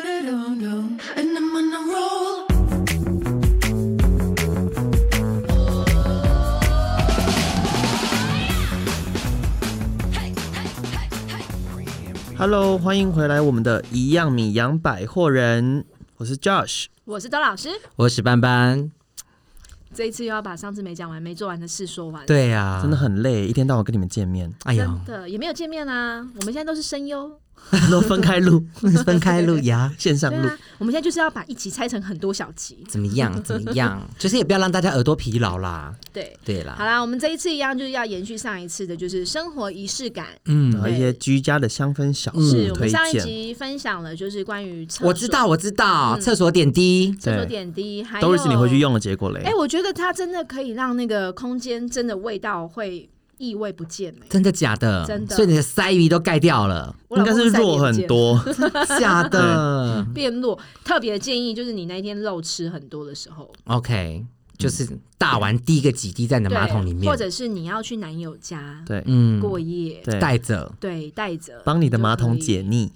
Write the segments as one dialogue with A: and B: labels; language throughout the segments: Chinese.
A: And I'm on a roll.
B: Hello，欢迎回来我们的一样米阳百货人，我是 Josh。
C: 我是周老师，
D: 我是班班，
C: 这一次又要把上次没讲完、没做完的事说完。，
D: 对呀、
B: 真的，很累，一天到晚跟你们见面，
D: 哎呦
C: 真，的也没有见面啊，我们现在都是声优。
B: 都分开录，
D: 分开录 呀，
B: 线上
C: 对
B: 录。
C: 啊，我们现在就是要把一集拆成很多小集。
D: 怎么样？怎么样？ 就是也不要让大家耳朵疲劳啦，
C: 对，
D: 对
C: 好
B: 啊
D: 啦，
C: 啦，我们这一次一样就是要延续上一次的，就是生活仪式感。
B: 然
D: 嗯，
B: 后一些居家的香氛小
C: 嗯是
B: 物
C: 我们
B: 推
C: 上一
B: 荐，
C: 集分享了，就是关于厕所
D: 我知道，我知道，厕所点滴，
C: 厕所
B: 对
C: 点滴，还有
B: 都是你回去。用的结果嘞
C: 哎、。我觉得它真的可以让那个空间真的味道会异味不见、欸、
D: 真的假的？
C: 真的
D: 所以你的腮鱼都盖掉了，
C: 我
B: 应
C: 老
B: 该
C: 公
B: 是
C: 晒
B: 弱
C: 脸
B: 很
C: 尖
B: 多，
D: 假的。
C: 变弱，特别建议就是你那一天肉吃很多的时候，
D: OK，就是大完第一个几滴在你的
C: 对
D: 马桶里面，
C: 嗯或者是你要去男友家
B: 对
D: 嗯，
C: 过夜，
B: 对，
D: 带着，。
C: 对，带着
B: 帮你的马桶解
C: 就
B: 腻，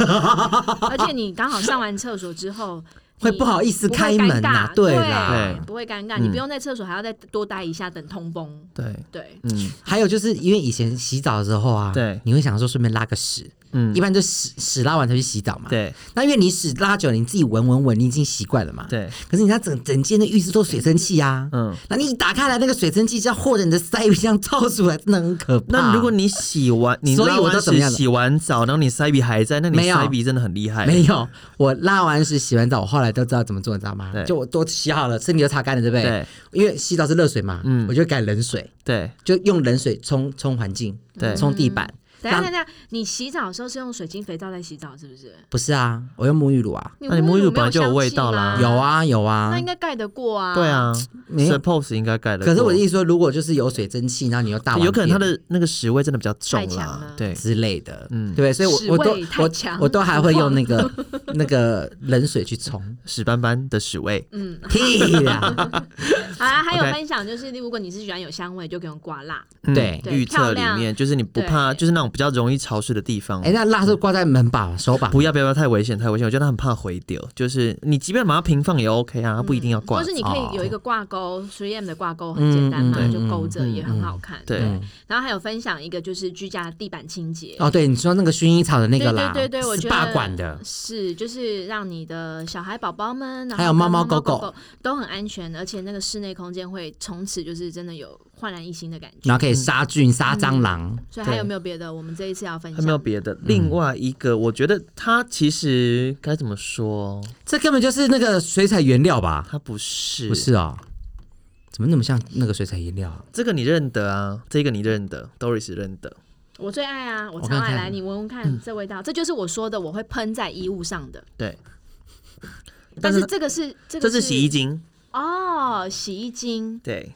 C: 可以，而且你刚好上完厕所之 后
D: 会
C: 你
D: 不好意思
C: 不会
D: 开
C: 尴
D: 门呐
C: 尬
D: 对
C: 对
D: 啦
B: 啊对嗯
C: 不会尴尬，你不用在厕所还要再多待一下等通风。
B: 对，
C: 对，
B: 嗯
D: 还有就是因为以前洗澡的时候啊，
B: 对
D: 你会想说顺便拉个屎，一
B: 嗯，
D: 般就屎屎拉完才去洗澡嘛，
B: 对
D: 那因为你屎拉久了，你自己闻闻闻，你已经习惯了嘛。。
B: 对，
D: 可是你那整整间的浴室都是水蒸气啊，嗯
B: 嗯。
D: 那你一打开来，那个水蒸气这样或者你的鳃鱼这样照出来，真的很可怕。
B: 那如果你洗完，你
D: 啊所以
B: 拉
D: 我
B: 完
D: 都怎么
B: 屎
D: 样了
B: 洗完澡，然后你塞鼻还在，那你
D: 没有
B: 塞鼻真的很厉害。
D: 没有我拉完屎洗完澡，我后来都知道怎么做，你知道吗
B: 对？
D: 就我都洗好了，身体都擦干了，对不对？
B: 对。
D: 因为洗澡是热水嘛，
B: 嗯
D: 我就改冷水，
B: 对
D: 就用冷水冲冲环境，
B: 对嗯
D: 冲地板。
C: 等一下
D: 让
C: 等一下，你洗澡的时候是用水晶肥皂在洗澡是不是？
D: 不是啊，我用沐浴乳啊，
B: 那你沐浴乳
C: 没
B: 本来就有
C: 香
B: 味
C: 气
B: 道啦啊
C: 吗
D: 有，啊有啊
C: 那应。该盖得过啊。
B: 对，啊
D: 没有
B: ，suppose 应该盖的。
D: 可是我的意思说，如果就是有水蒸气，然后你又大完便，
B: 有可能它的那个屎味真的比较重
C: 太强
B: 啦
C: 了，
B: 对，
D: 之类的，
B: 嗯
D: 嗯，对，所以我
C: 屎
D: 我都
C: 味太
D: 我
C: 强
D: 我都还会用那个 那个冷水去冲，
B: 屎斑斑的屎味，
C: 嗯，
D: 屁 啦，
C: 好啦，还
B: OK
C: 有分享就是，如果你是喜欢有香味，就给我们挂蜡。
B: 嗯
D: 对
C: 对
B: 预测
C: 漂
B: 里面
C: 亮
B: 就是你不怕，
C: 对
B: 就是那种比较容易潮湿的地方
D: 哎，，那蜡是挂在门把手把，
B: 不要不要不要太危险太危险，我觉得它很怕毁掉，就是你即便把它平放也 OK 啊，它不一定要挂
C: 嗯或，是你可以有一个挂钩，three M 的挂钩很简单嘛，
D: 嗯嗯
C: 就勾着
B: 嗯
C: 也很好看。
B: 对
D: 嗯
C: 然后还有分享一个就是居家地板清洁。
D: 哦，对，你说那个薰衣草的那个啦，
C: 对对对对我觉得
D: SPA 馆的，
C: 是，就是让你的小孩宝宝们，然后
D: 还有猫猫
C: 跟
D: 狗狗
C: 狗都很安全，而且那个室内空间会从此就是真的有焕然一新的感觉。
D: 然后可以杀菌杀
C: 嗯
D: 蟑螂，
C: 所以还有
B: 对
C: 没有别的？我们这一次要分享
B: 还没有别
D: 嗯
B: 的。另外一个，我觉得它其实该怎么说，
D: 这根本就是那个水彩原料吧？
B: 它不是
D: 不是哦，怎么那么像那个水彩原料啊？
B: 这个你认得啊，这个你认得，Doris 认得，
C: 我最爱啊，我
D: 我
C: 超
D: 看
C: 爱！
D: 看
C: 来，你闻闻看这味道，这就是我说的，我会喷在衣物上的。
B: 对，
C: 但是
B: 呢
C: 这个是嗯这
B: 这
C: 个
B: 是洗衣精，
C: 哦，洗衣精
B: 对，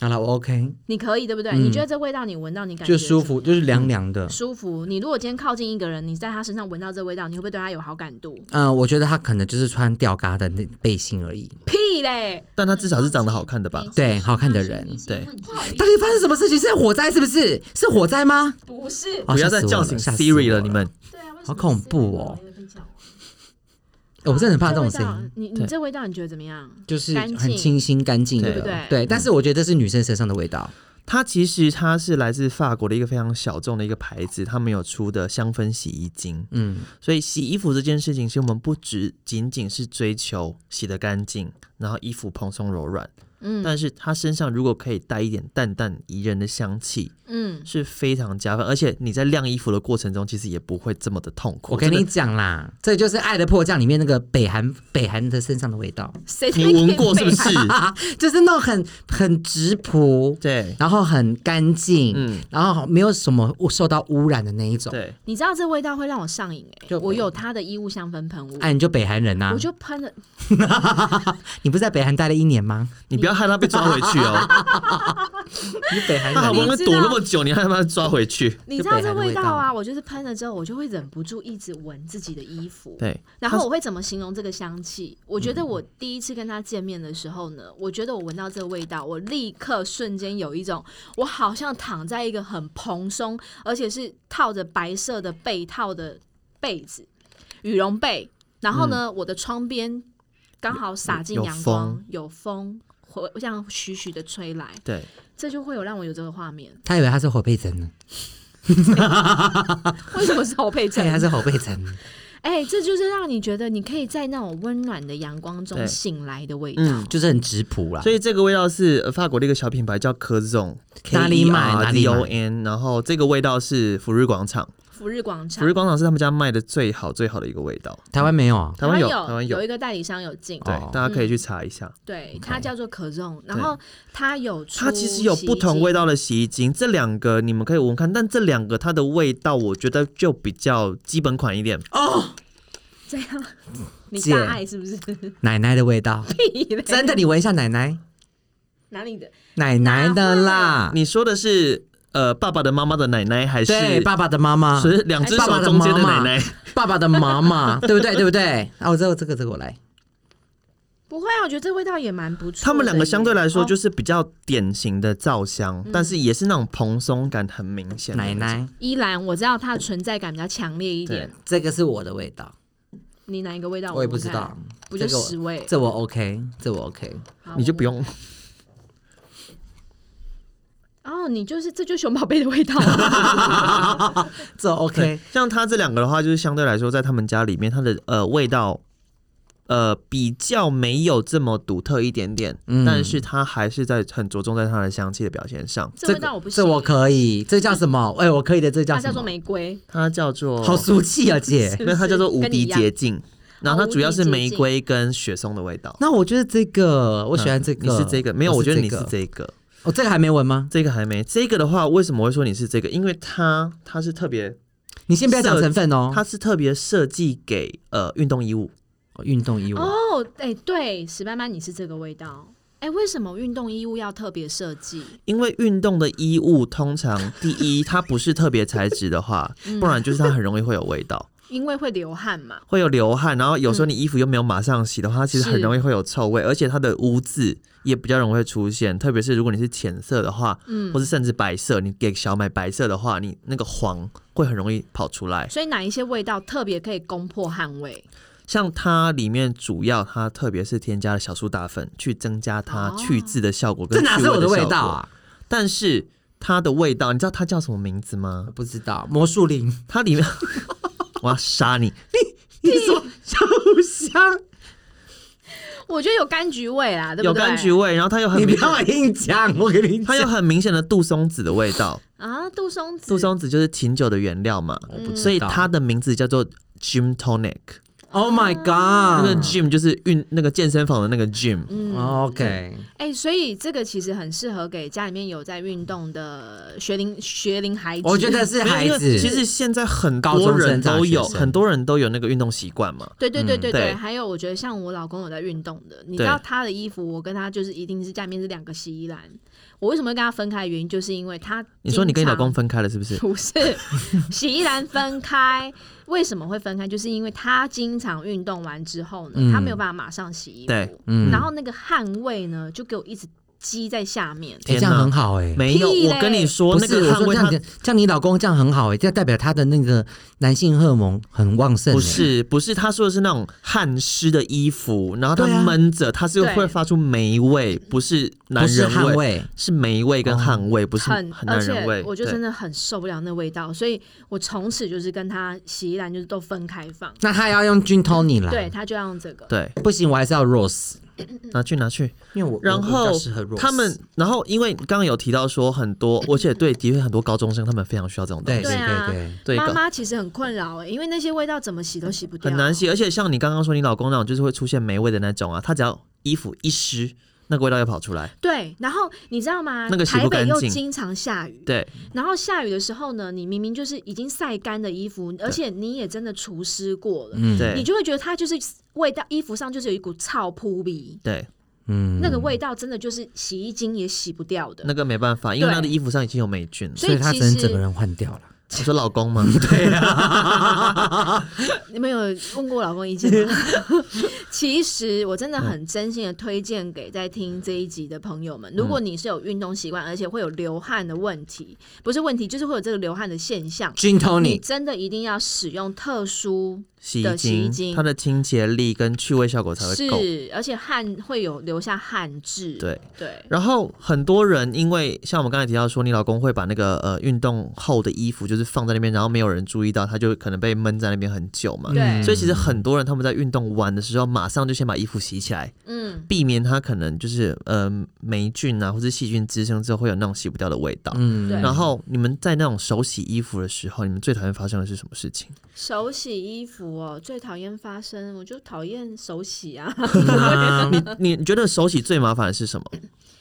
D: 好了，我 OK，
C: 你可以对不对？你觉得这味道你闻到你感觉
D: 嗯就舒服，就是凉凉的。
C: 舒服。你如果今天靠近一个人，你在他身上闻到这味道，你会不会对他有好感度？
D: 嗯，我觉得他可能就是穿吊嘎的那背心而已。
C: 屁嘞！
B: 但它至少是长得好看的
C: 哦
B: 吧？
D: 对，好看的人，
B: 对，
D: 到底发生什么事情？是火灾是不是？是火灾吗？
C: 不是，
D: 哦
B: 不要再
D: 吓死我
B: 叫
D: 了
B: 醒
D: 吓死
B: Siri
D: 我
B: 了，你们
C: 对啊，
D: 好恐怖哦！欸我真的很怕这种声音，
C: 你
B: 对
C: 你这味道你觉得怎么样？
D: 就是
C: 干净
D: 很清新干净的，
B: 对啊
C: 不对
D: 但是我觉得这是女生身上的味道。
B: 它其实它是来自法国的一个非常小众的一个牌子，他们有出的香氛洗衣精。
D: 嗯，
B: 所以洗衣服这件事情，其实我们不只仅仅是追求洗得干净，然后衣服蓬松柔软，
C: 嗯
B: 但是它身上如果可以带一点淡淡宜人的香气，
C: 嗯，
B: 是非常加分。而且你在晾衣服的过程中，其实也不会这么的痛苦。
D: 我跟你
B: 真的
D: 讲啦，这就是《爱的迫降》里面那个北韩北韩的身上的味道，
C: 谁
B: 你闻过是不是？
D: 就是那种很很直 朴，
B: 对
D: 然后很干净，
B: 嗯
D: 嗯，然后没有什么受到污染的那一种。，
B: 对，
C: 你知道这味道会让我上瘾哎、
D: 就
C: 我有它的衣物香
D: 啊
C: 氛喷雾，
D: 哎，你就北韩人呐、
C: 我就喷了。
D: 你不是在北韩待了一年吗？
B: 你不要要害他被抓回去 哦。
D: 你北韩
B: 他 好不容
D: 人，
B: 易躲那么久，你还让他抓回去？
C: 你知道这味道
D: 就北韩的味
C: 啊？我就是喷了之后，我就会忍不住一直闻自己的衣服。
B: 对，
C: 然后我会怎么形容这个香气？我
B: 嗯
C: 觉得我第一次跟他见面的时候呢，我觉得我闻到这个味道，我立刻瞬间有一种我好像躺在一个很蓬松，而且是套着白色的被套的被子，羽绒被。然后呢，我的窗边刚好洒进
B: 嗯有
C: 阳
B: 风
C: 光，有风，会这样徐徐的吹来，
B: 对，
C: 这就会有让我有这个画面。
D: 他以为他是侯佩岑呢，
C: 为什么是侯佩
D: 他以
C: 岑
D: 为？他是侯佩岑，
C: 哎、这就是让你觉得你可以在那种温暖的阳光
B: 对
C: 中醒来的味道。
B: 嗯。
D: 就是很直朴啦。
B: 所以这个味道是呃法国的一个小品牌叫 k e r z o n
D: 哪里买哪里买
B: D O N，然后这个味道是福日广场，
C: 福日广
B: 福
C: 场
B: 日，广场是他们家卖的最好最好的一个味道。
D: 台湾没有啊，
B: 台湾有，台
C: 有
B: 湾有，
C: 一个代理商有进，
B: 对
D: 哦，嗯
B: 大家可以去查一下。
C: 对，它叫做可颂，然后它有出
B: 它其实有不同味道的洗衣精，这两个你们可以闻看，但这两个它的味道我觉得就比较基本款一点。
D: 哦
C: 洗衣精，这样你
D: 姐
C: 大爱是不是？
D: 奶奶的味道，
C: 屁嘞
D: 真的，你闻一下奶奶，
C: 哪里的？
D: 奶奶的啦，
B: 你说的是呃爸爸的妈妈的奶奶还是
D: 对，爸爸的妈妈，
B: 是两只
D: 爸爸
B: 手
D: 的
B: 中间的奶
D: 妈妈
B: 奶？
D: 爸爸的妈妈，对不对？对不对？啊，我这个这个这个我来，
C: 不会啊，我觉得这味道也蛮不错的耶。
B: 他们两个相对来说就是是比较典型的皂香，但是也是那种蓬松感很明显。
D: 奶，奶，
C: 依然我知道它的存在感比较强烈一点。
D: 这个是我的味道，
C: 你哪一个味道？
D: 我也不知道，，
C: 不就
D: 这个我
C: 十味？
D: 这我 OK，这我 OK，
C: 好
B: 你就
C: 我
B: 不用。
C: 哦，你就是这就是熊宝贝的味 道。
D: 这我 OK，
B: 像它这两个的话，就是相对来说，在他们家里面，它的呃味道，呃比较没有这么独特一点点，
D: 嗯
B: 但是它还是在很着重在它的香气的表现上。
C: 这味道我不行，
D: 这我可以，这叫什么？哎，我可以的，这叫
C: 它
D: 什
C: 叫
D: 么
C: 做？玫瑰，
B: 它叫做
D: 好俗气啊，姐。
C: 是不
B: 没有，它
C: 是
B: 叫做无
C: 跟你
B: 敌
C: 一样
B: 洁净。然后它主要是
C: 无敌洁
B: 玫
C: 净
B: 瑰跟雪松的味道。
D: 那我觉得这个，我喜欢这个。
B: 嗯你是这个没有？我觉得你是
D: 个
B: 这个。
D: 哦，这个还没闻吗？
B: 这个还没，这个的话，为什么会说你是这个？因为它它是特别，
D: 你先不要讲成分哦。
B: 它是特别设计给呃运动衣物，
D: 哦运动衣物，
C: 哦，哎、对，史斑斑，你是这个味道。哎、为什么运动衣物要特别设计？
B: 因为运动的衣物通 常第一它不是特别材质的话，
D: 嗯
B: 不然就是它很容易会有味 道，
C: 因为会流汗嘛。
B: 会有流汗，然后有时
D: 嗯
B: 候你衣服又没有马上洗的话，它其实很
C: 是
B: 容易会有臭味，而且它的污渍也比较容易会出现，特别是如果你是浅色的话，
C: 嗯
B: 或是甚至白色，你给小买白色的话，你那个黄会很容易跑出来。
C: 所以哪一些味道特别可以攻破汗味？
B: 像它里面主要它特别是添加了小苏打粉，去增加它
C: 哦
B: 去渍的效果跟
D: 这哪
B: 去
D: 是我
B: 的
D: 的味
B: 效果
D: 道？啊？
B: 但是它的味道，你知道它叫什么名字吗
D: 我？不知道，魔术林，
B: 它里面 我要杀你！
D: 你说香不香？
C: 我觉得有柑橘味啦，对
B: 有
C: 不对？
B: 柑橘味，然后它有很
D: 你不
B: 明
D: 要硬讲，我跟你
B: 它有
D: 讲。
B: 很明显的杜松子的味 道。
C: 啊，杜松子，
B: 杜松子就是琴酒的原料嘛，
D: 知道
B: 所以它的名字叫做 Gym Tonic。
D: Oh my
B: 那个
D: god！
B: Gym 就是运那个健身房的那个 Gym。
C: 嗯，
D: OK，
C: 哎、所以这个其实很适合给家里面有在运动的学龄学龄孩子。
D: 我觉得是孩子。
B: 其实现在很
D: 高
B: 多
D: 中生
B: 人
D: 大
B: 都
D: 学
B: 有，
D: 生
B: 很多人都有那个运动习惯嘛。
C: 对对对对对，
B: 嗯对
C: 还有我觉得像我老公有在运动的，你
B: 对
C: 知道他的衣服，我跟他就是一定是家里面是两个洗衣篮。我为什么会跟他分开的原因，就是因为他
B: 你说你跟你老公
C: 经
B: 分开了是不是？
C: 常不是 洗衣篮分开，为什么会分开？就是因为他经常运动完之后呢，
D: 嗯
C: 他没有办法马上洗衣
B: 对
C: 服，
D: 嗯
C: 然后那个汗味呢，就给我一直积在下面。
D: 哎
B: 天
D: 这样
B: 哪
D: 很好哎。
B: 没有，
C: 屁
B: 我跟你说
D: 不
B: 那
D: 是，
B: 个
D: 我
B: 捍
D: 说这
B: 卫
D: 样
B: 他
D: 子，像你老公这样很好哎，这代表他的那个男性荷尔蒙很旺盛。哎
B: 不，是不是，他说的是那种汗湿的衣服，然后他
D: 对啊
B: 闷着，他是
C: 对
B: 会发出霉味，不是男
D: 不是
B: 人
D: 捍
B: 味，
D: 卫。
B: 是霉味跟汗味，不是
C: 哦很，而
B: 男
C: 且
B: 人味。
C: 我就
B: 对
C: 真的很受不了那味道，所以我从此就是跟他洗衣篮就是都分开放，
D: 那他要用君 Tony 来。
C: 对，他就要用这个。
B: 对，
D: 不行，我还是要 Rose，
C: 嗯
B: 拿去拿去。
D: 因为我
B: 然
D: 我比
B: 后
D: 较适合 Rose
B: 他们，然后因为刚刚有提到说很多， 而且对，的确很多高中生他们非常需要这种东
D: 对
B: 西，
C: 对啊
D: 对对，
B: 对，
C: 妈
B: 高
C: 妈其实很困扰哎、因为那些味道怎么洗都洗不掉，
B: 很难。洗。而且像你刚刚说你老公那种，就是会出现霉味的那种啊，他只要衣服一湿，那个味道又跑出来。
C: 对，然后你知道吗？
B: 那个洗
C: 台
B: 不
C: 北
B: 干
C: 又
B: 净
C: 经常下雨，
B: 对，
C: 然后下雨的时候呢，你明明就是已经晒干的衣服，而且你也真的除湿过了，
D: 嗯
B: 对
C: 你就会觉得它就是味道，衣服上就是有一股臭扑鼻。
B: 对，
D: 嗯，
C: 那个味道真的就是洗衣精也洗不掉的。
B: 那个没办法，因为
C: 对
B: 那个衣服上已经有霉菌了。
C: 所
D: 所以他
C: 其
D: 只能
C: 实
D: 整个人换掉了。
B: 你说老公 吗？对啊，
C: 你们有问过我老公意见吗？其实我真的很真心的推荐给在听这一集的朋友们，如果你是有运动习惯，而且会有流汗的问题，不是问题，就是会有这个流汗的现象，
D: Gin
C: 你
D: Tony，
C: 真的一定要使用特殊
B: 洗
C: 的
B: 衣
C: 洗衣
B: 精，
C: 精
B: 它的清洁力跟去味效果才会够。
C: 是，而且汗会有留下汗渍。
B: 对
C: 对，
B: 然后很多人因为像我们刚才提到说，你老公会把那个呃运动后的衣服就是放在那边，然后没有人注意到，他就可能被闷在那边很久嘛。
C: 对
B: 嗯所以其实很多人他们在运动完的时候，马上就先把衣服洗起来，
C: 嗯，
B: 避免它可能就是呃霉菌啊或是细菌滋生之后会有那种洗不掉的味道。
D: 嗯
C: 对
B: 然后你们在那种手洗衣服的时候，你们最讨厌发生的是什么事情？
C: 手洗衣服哦，最讨厌发生，我就讨厌手洗啊。
B: 你你觉得手洗最麻烦的是什么？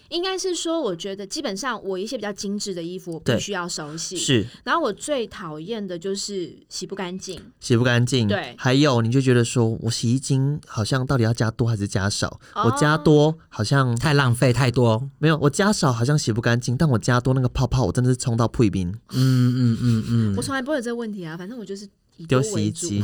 C: 应该是说，我觉得基本上我一些比较精致的衣服，我
B: 对
C: 必须要手洗。
B: 是
C: 然后我最讨厌的就是洗不干净，
B: 洗不干净，
C: 对
B: 还有你就觉得说我洗衣精好像到底要加多还是加少？
C: 哦
B: 我加多好像
D: 太浪费太多。
B: 没有，我加少好像洗不干净，但我加多那个泡泡，我真的是冲到破冰
D: 嗯嗯嗯嗯
C: 我从来不会有这个问题啊。反正我就是以多
B: 丢洗
C: 为
B: 衣
C: 主
B: 机。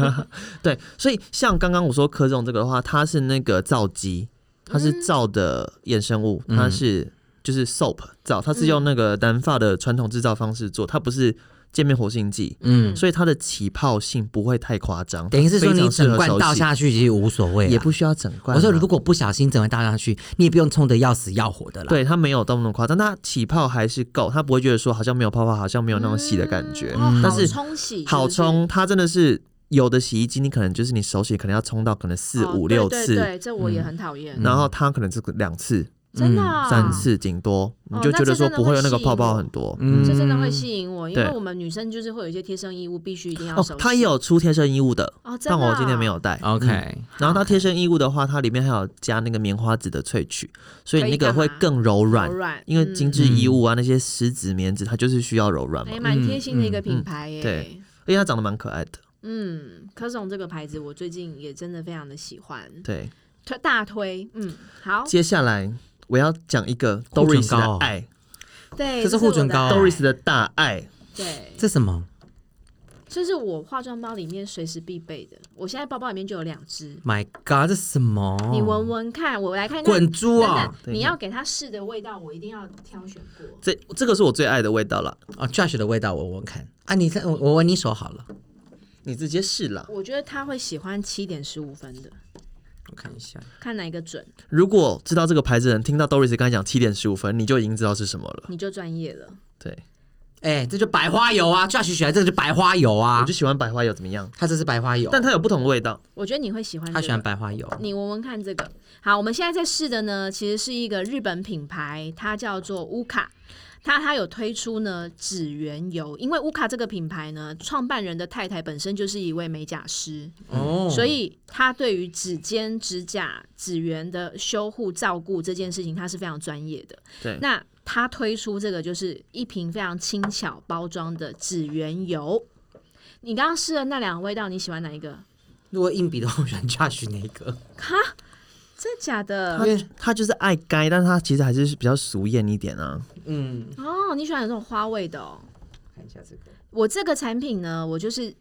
B: 对，所以像刚刚我说柯总这个的话，它是那个皂基，它是皂的衍生物，
D: 嗯
B: 它是就是 soap 皂，它是用那
C: 嗯
B: 个南法的传统制造方式做，它不是界面活性剂。
D: 嗯，
B: 所以它的起泡性不会太夸张，
D: 等于是说
B: 非
D: 你
B: 常适合
D: 整罐
B: 手
D: 倒
B: 洗
D: 下去其实无所谓啦，
B: 也不需要整罐啊。
D: 我说如果不小心整个倒下去，你也不用冲得要死要活的啦。
B: 对它没有到那么夸张，但它起泡还是够，它不会觉得说好像没有泡泡，好像没有那种洗的感觉。
C: 嗯哦
B: 但是
C: 好冲洗，
B: 好
C: 是不是
B: 冲，它真的是有的洗衣机，你可能就是你手洗可能要冲到可能四
C: 哦
B: 五
C: 对
B: 六
C: 对
B: 次，嗯
C: 对，这我也很讨厌，
B: 然后它可能是两次、
C: 真的啊
B: 三。次顶多，你
C: 哦
B: 就
C: 那
B: 觉得
C: 这
B: 说
C: 真的
B: 不会
C: 会
B: 有那个
C: 吸
B: 泡
C: 引
B: 泡
C: 我
B: 很多。
D: 嗯
C: 这真的会吸引我，因为
B: 对
C: 我们女生就是会有一些贴身衣物，必须一定要
B: 哦
C: 手，洗。
B: 它也有出贴身衣物的，
C: 哦，真
B: 但
C: 的啊
B: 我今天没。有带。嗯
D: ，OK，
B: 然后它贴身衣物的话，它里面还有加那个棉花脂的萃取，所以
C: 可以
B: 那个
C: 干
B: 会
C: 嘛
B: 更柔软
C: 柔。软，
B: 因为
C: 嗯
B: 精致衣物啊，那些丝质、棉质，它就是需要柔软嘛
C: 哎，。蛮贴
D: 嗯
C: 心的一个
B: 嗯
C: 品
B: 嗯
C: 牌耶。
B: 对而且它长得蛮可爱的，
C: 嗯，科总这个牌子我最近也真的非常的喜欢，
B: 对。
C: 推大推，嗯，好，
B: 接下来我要讲一个
D: 护唇
B: Doris
D: 膏
B: 的
D: 哦
B: 爱
C: 对，
D: 可是
C: 这
D: 护
C: 我
D: 唇
C: 的
D: 膏
C: 爱
D: 哎
B: ，Doris 的大爱，
C: 对，
D: 这什么
C: 这是我化妆包里面随时必备的，我现在包包里面就有两支，
D: ？My God，这什么？
B: 哦
C: 你闻闻看，我来看看，
D: 滚珠
C: 等
D: 啊！
C: 等，你要给它试的味道，我一定要挑选过。
B: 这这个是我最爱的味道了。
D: 哦，Josh 的味道我闻看啊，你看我我闻你手好了，
B: 你直接试啦。
C: 我觉得他会喜欢七点十五分的，
D: 我看一下。
C: 看哪一个准，
B: 如果知道这个牌子的人听到 Doris 刚才讲七点十五分，你就已经知道是什么了。
C: 你就专业了。
B: 对，
D: 哎，这就白花油啊！Josh 喜欢这个就白花油
B: 我
D: 啊
B: 就，喜欢百花油怎么样？
D: 他这是白花油，
B: 但它有不同的味道，
C: 我觉得你会喜欢、这
D: 他
C: 个，
D: 喜欢白花油。
C: 你闻闻看这个。好，我们现在在试的呢，其实是一个日本品牌，它叫做乌卡。它它有推出呢指缘油，因为乌卡这个品牌呢，创办人的太太本身就是一位美甲师，
D: 哦，
C: 所以她对于指尖、指甲、指缘的修护照顾这件事情，她是非常专业的。
B: 对
C: 那她推出这个就是一瓶非常轻巧包装的指缘油。你刚刚试的那两个味道，你喜欢哪一个？
D: 如果硬比的话，我喜欢 Josh 那个，
C: 真的假的？
B: 它它就是爱该，但它其实还是比较俗艳一点啊。
D: 嗯，
C: 哦，你喜欢有这种花味的哦。
D: 看一下这个，
C: 我这个产品呢，我就是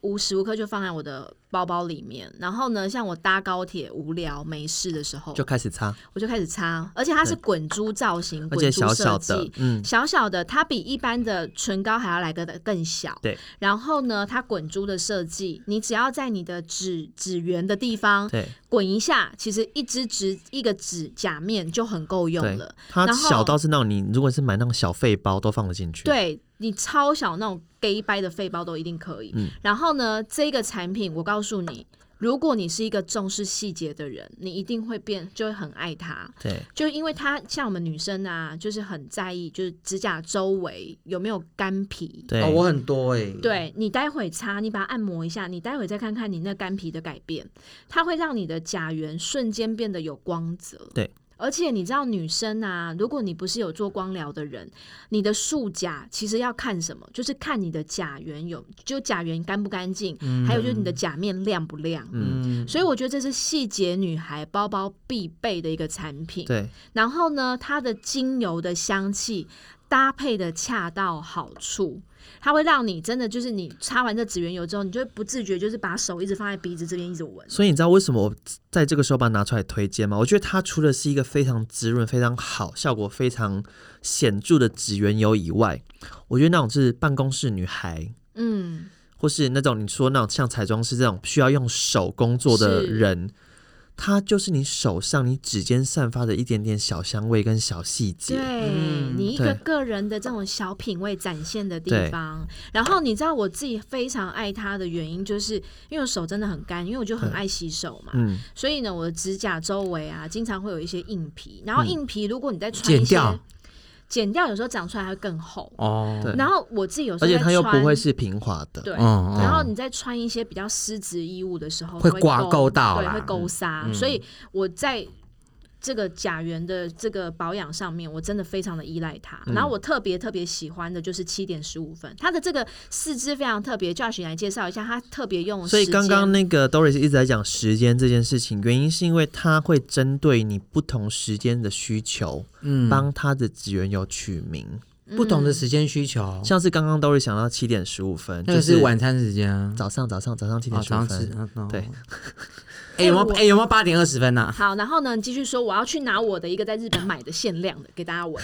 C: 无时无刻就放在我的包包里面。然后呢，像我搭高铁无聊没事的时候，
B: 就开始擦，
C: 我就开始擦，而且它是
B: 对
C: 滚珠造型，
B: 而
C: 滚
B: 且
C: 珠
B: 小
C: 设
B: 小
C: 计。
B: 的，嗯，
C: 小小的，它比一般的唇膏还要来个更小。
B: 对，
C: 然后呢，它滚珠的设计，你只要在你的指指缘的地方
B: 对
C: 滚一下，其实一支指一个指甲面就很够用
B: 对
C: 了。，
B: 它
C: 然后
B: 小到是那种你如果是买那种小费包都放得进去。，
C: 对你超小那种 gay 掰的肺包都一定可以。
B: 嗯
C: 然后呢，这个产品我告诉你，如果你是一个重视细节的人，你一定会变，就会很爱它。
B: 对，
C: 就因为它像我们女生啊，就是很在意，就是指甲周围有没有干皮。
B: 对，
D: 哦，我很多哎，，
C: 对你待会擦，你把它按摩一下，你待会再看看你那干皮的改变，它会让你的甲缘瞬间变得有光泽。
B: 对，
C: 而且你知道，女生啊，如果你不是有做光疗的人，你的束甲其实要看什么，就是看你的甲缘有，就甲缘干不干净，还有就是你的甲面亮不亮。
D: 嗯，
C: 所以我觉得这是细节女孩包包必备的一个产品。
B: 对，
C: 然后呢，它的精油的香气搭配的恰到好处，它会让你真的就是你擦完这指缘油之后，你就会不自觉就是把手一直放在鼻子这边一直闻。
B: 所以你知道为什么我在这个时候把它拿出来推荐吗？我觉得它除了是一个非常滋润、非常好、效果非常显著的指缘油以外，我觉得那种是办公室女孩，
C: 嗯，
B: 或是那种你说那种像彩妆师这种需要用手工作的
C: 是
B: 人，它就是你手上你指尖散发的一点点小香味跟小细节。
C: 对、
D: 嗯
C: 你一
B: 对
C: 个个人的这种小品味展现的地
B: 对
C: 方。然后你知道我自己非常爱它的原因，就是因为我手真的很干，因为我就很
B: 对
C: 爱洗手嘛，
B: 嗯，
C: 所以呢，我的指甲周围啊，经常会有一些硬皮。然后
B: 嗯
C: 硬皮，如果你再穿一些
D: 剪掉
C: 剪掉有时候长出来会更厚。
D: 哦，
B: 对
C: 然后我自己有时候
B: 而且
C: 在
B: 它又不
C: 穿
B: 会是平滑的。
C: 对，
D: 嗯
C: 然后
D: 嗯
C: 你再穿一些比较丝质衣物的时候
D: 会刮
C: 勾
D: 勾到
C: 对，
D: 啦
C: 会勾纱。
D: 嗯
C: 所以我在这个甲缘的这个保养上面，我真的非常的依赖它。
B: 嗯
C: 然后我特别特别喜欢的就是七点十五分，它的这个四肢非常特别。Josh 你来介绍一下，它特别用
B: 所以
C: 时
B: 刚
C: 间
B: 刚那个 Doris 一直在讲时间这件事情，原因是因为它会针对你不同时间的需求，
D: 嗯，
B: 帮它的职员有取名。
D: 不同的
C: 嗯
D: 时间需求，
B: 像是刚刚 Doris 想到七点十五分，
D: 那
B: 就
D: 个是晚餐时间啊，
B: 早上早上早上七
D: 哦
B: 点十
D: 早
B: 五
D: 上吃
B: 分，，
D: 嗯
B: 对。
D: 哎，有没有
C: 哎我
D: 哎有没有八点二十分啊呐？
C: 好，然后呢，你继续说，我要去拿我的一个在日本买的限量的给大家闻。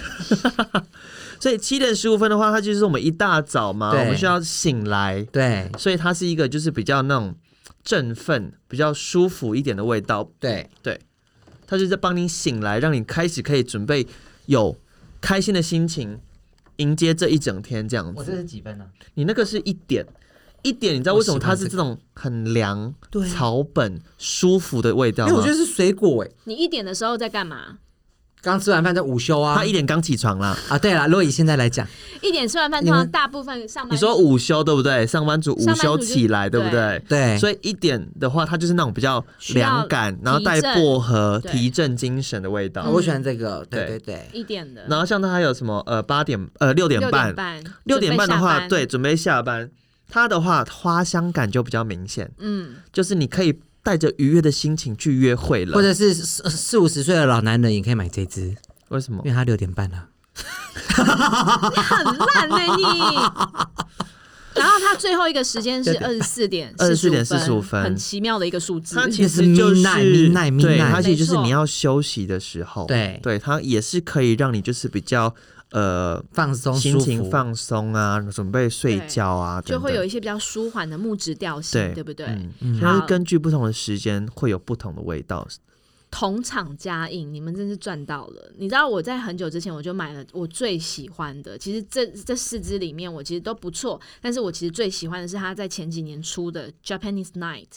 B: 所以七点十五分的话，它就是我们一大早嘛，
D: 对
B: 我们需要醒来，
D: 对
B: 所以它是一个就是比较那种振奋、比较舒服一点的味道，
D: 对，
B: 对，它就是在帮你醒来，让你开始可以准备有开心的心情迎接这一整天这样子。
D: 是几分呢？
B: 你那个是一点。一点，你知道为什么它是这种很凉、
D: 对
B: 草本、舒服的味道
D: 因
B: 吗？
D: 为我觉得是水果哎，
C: 你一点的时候在干嘛？
D: 刚吃完饭在午休啊
B: 他一点刚起床啦。
D: 啊，对了，若以现在来讲，
C: 一点吃完饭，
D: 你
C: 通
D: 们
C: 常大部分上班
B: 你说午休对不对？上班族午
C: 上班
B: 休
C: 族就
B: 起来对不对？
D: 对，
B: 所以一点的话，它就是那种比较
C: 需要
B: 凉感，然后带
C: 提振
B: 薄荷、
C: 对
B: 提振精神的味道。
D: 啊我喜欢这个，对
B: 对
D: 对对，
C: 一点的，
B: 然后像它还有什么呃八点呃六点
C: 六
B: 半
C: 点，半，
B: 六点半的
C: 准备下
B: 话，
C: 班
B: 对，，准备下班。它的话，花香感就比较明显，
C: 嗯，
B: 就是你可以带着愉悦的心情去约会了。
D: 或者是四四五十岁的老男人也可以买这支，因
B: 为什么
D: 为？他六点半啊了。
C: 很烂呢、 你。然后它最后一个时间是二十四 点
B: 24点45
C: 45
B: 分
C: 很奇妙的一个数字
B: 它。其实
D: 那是
B: 就是
D: midnight- midnight-
B: 对，
D: midnight
B: 它其实就是
C: 没错
B: 你要休息的时候。
D: 对
B: 对，它也是可以让你就是比较呃
D: 放松，
B: 心
D: 舒
B: 情
D: 服，
B: 放松啊，准备睡觉啊，
C: 就会有
B: 一
C: 一些比较舒缓的木质调性，
B: 对
C: 对不对？
B: 嗯
D: 嗯
B: 它
C: 好
B: 是根据不同的时间会有不同的味道。
C: 同场加映，你们真是赚到了！你知道我在很久之前我就买了我最喜欢的，其实这这四支里面我其实都不错，但是我其实最喜欢的是它在前几年出的 Japanese Night。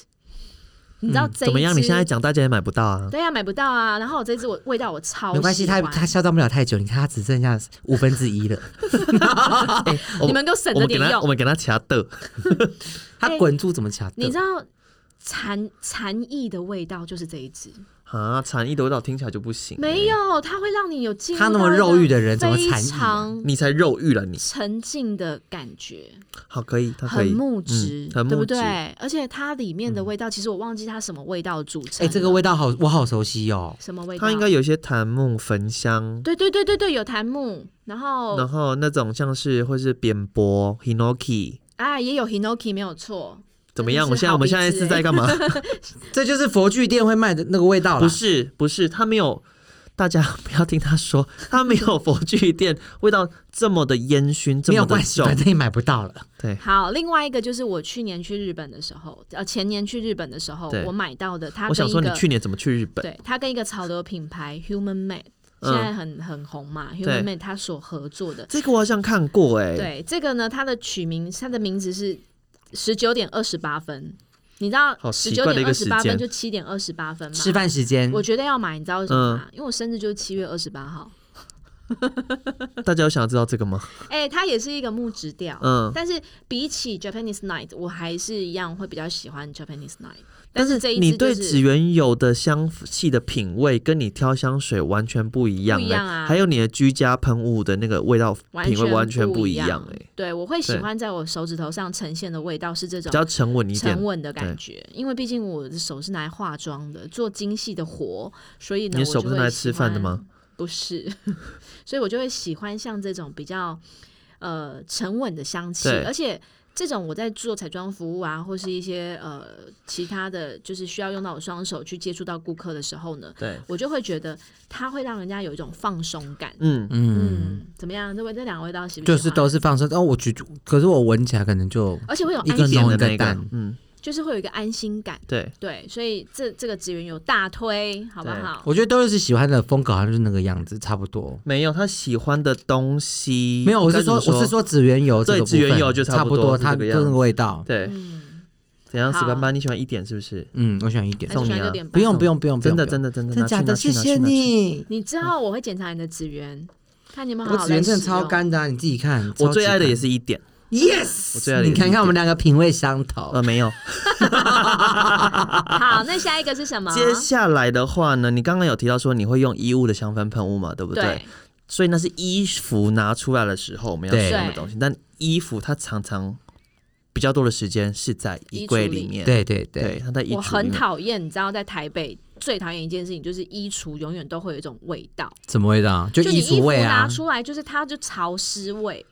C: 你知道
B: 嗯
C: 这一支、
B: 怎么样？你现在讲大家也买不到啊。
C: 对呀、买不到啊。然后我这支我味道我超喜欢
D: 没关系，他他消耗不了太久，你看他只剩下五分 之一了，
B: 哎我
C: 你们给我省
B: 我
C: 着
B: 们给
C: 点
B: 他
C: 用
B: 我。们给他掐的，
D: 他滚珠怎么卡
C: 哎
D: 的？
C: 你知道蝉蝉翼的味道就是这一支，
B: 啊，蝉翼的味道听起来就不行、
C: 没，有，它会让你有进入
D: 他那
C: 到
D: 么
C: 一个
D: 肉欲的人怎么
C: 非
D: 蝉翼啊
C: 常
B: 你才肉欲了你，
C: 沉静的感觉，
B: 好，可以，它可
C: 很
B: 以
C: 木质
B: 嗯，很
C: 对
B: 木
C: 不
B: 质。
C: 对？而且它里面的味道，其实我忘记它什么味道组成
D: 哎，
B: 嗯
C: 了。
D: 这个味道好，我好熟悉哦。
C: 什么味道？
B: 它应该有一些檀木、焚香，
C: 对对对对对，有檀木，然后
B: 然后那种像是或是扁柏、hinoki，
C: 啊也有 hinoki 没有错。
B: 怎么样？
C: 真
B: 我现
C: 的是
B: 在我
C: 好
B: 们
C: 鼻
B: 现在
C: 子
B: 是
C: 欸
B: 在 干嘛？
D: 这就是佛具店会卖的那个味道啦。
B: 不是不是，它没有。大家 不要听他说，它没有佛具店味道这么的烟熏，这
D: 没
B: 么
D: 有
B: 的
D: 关系，
B: 重
D: 反。正也买不到了。
B: 对，
C: 好，另外一个就是我去年去日本的时候，呃，前年去日本的时候
B: 对，
C: 我买到的它
B: 我
C: 跟
B: 想
C: 一
B: 说你
C: 个
B: 去年怎么去日本？
C: 对，它跟一个潮流品牌 Human Made
B: 嗯
C: 现在很、很红嘛
B: 对
C: ，Human Made 它所合作的，
B: 这个我好像看过哎、
C: 对这个呢，它的取名，它的名字是十九点二十八分，你知道
B: 好
C: 十
B: 奇
C: 九
B: 怪的一
C: 点
B: 个
C: 二
B: 时
C: 十
B: 间
C: 八分就七点二十八分嘛，
D: 吃饭时间
B: 嗯
C: 我，觉得要买，你知道为什么吗？因为我生日就是七月二十八号。
B: 大家有想要知道这个吗？
C: 哎、它也是一个木质调，
B: 嗯
C: 但是比起 Japanese Night，我还是一样会比较喜欢 Japanese Night。
B: 但
C: 是这一
B: 你
C: 支就
B: 对
C: 是
B: 紫原有的香气的品味，跟你挑香水完全不一样、欸，
C: 不一样啊
B: 还有你的居家喷雾的那个味道
C: 完
B: 品味完全
C: 不
B: 一样、欸，
C: 对，我会喜
B: 对
C: 欢在我手指头上呈现的味道是这
B: 比
C: 种
B: 较沉稳一点
C: 沉。稳的感
B: 对
C: 觉，因为毕竟我的手是拿来化妆的，做精细的活，所以呢，
B: 你的
C: 我
B: 手
C: 就
B: 不是
C: 会
B: 拿来
C: 喜
B: 吃饭的吗
C: 欢？不是， 所以我就会喜欢像这种比较呃沉稳的香气，
B: 对
C: 而且这种我在做彩妆服务啊，或是一些呃其他的就是需要用到我双手去接触到顾客的时候呢，
B: 对，
C: 我就会觉得它会让人家有一种放松感。
B: 嗯，
D: 嗯，
C: 嗯，怎么样？这味这两个味道喜不喜
D: 就
C: 欢？
D: 是都是放松。哦，我觉得，可是我闻起来可能就
C: 而且会有
D: 一个
C: 安
D: 浓
C: 心，
B: 点的那
D: 一个
B: 个
D: 淡，
B: 嗯，
C: 就是会有一个安心感。
B: 对，
C: 对，所以这这个职员有大推，好不
B: 对
C: 好？
D: 我觉得都是喜欢的风格，好像就是那个样子，差不多。
B: 没有他喜欢的东西，
D: 没有，我
B: 该
D: 是
B: 怎么
D: 说，我是说紫原油这
B: 对
D: 个部分，
B: 紫原油就差
D: 差
B: 不
D: 不
B: 多
D: 多，
B: 是
D: 它
B: 这个
D: 就
B: 样
D: 那
B: 子
D: 个味道。
B: 对，
C: 嗯，
B: 怎样？
C: 好
B: 史斑斑，你喜欢一点是不是？
D: 嗯，我喜欢一点
C: 那，就喜
B: 送
C: 欢
B: 你啊
C: 六点半。
D: 不用不，用不用，
B: 真的
D: 不用
B: 真的真的，
D: 真
B: 拿
D: 的
B: 去
D: 假的，
B: 拿去
D: 谢
B: 拿
D: 谢
B: 去拿去
D: 你。
C: 你之后我会检查你的职员，看你有没有
D: 我
C: 好好
D: 紫原
C: 在
D: 真的
C: 使
D: 超
C: 用。
D: 干的啊，你自己看。
B: 我
D: 超
B: 最
D: 级
B: 爱的
D: 干
B: 也是一点，
D: Yes，
B: 我最爱的也
D: 你
B: 是一
D: 看看
B: 点
D: 我们两个品味相投。
B: 呃，没有。
C: 好，那下一个是什么？
B: 接下来的话呢，你刚刚有提到说你会用衣物的香氛喷雾嘛，对不对？
C: 对，
B: 所以那是衣服拿出来的时候我们要使
D: 对
B: 用的东西，但衣服它常常比较多的时间是在衣柜里面，
D: 对对对，
B: 对，它在衣
C: 我
B: 橱里
C: 很
B: 面。
C: 讨厌，你知道，在台北最讨厌一件事情就是衣橱永远都会有一种味道，
D: 什么味道？就
C: 你
D: 衣
C: 衣
D: 服
C: 服
D: 味啊
C: 拿。出来就是它就潮湿味，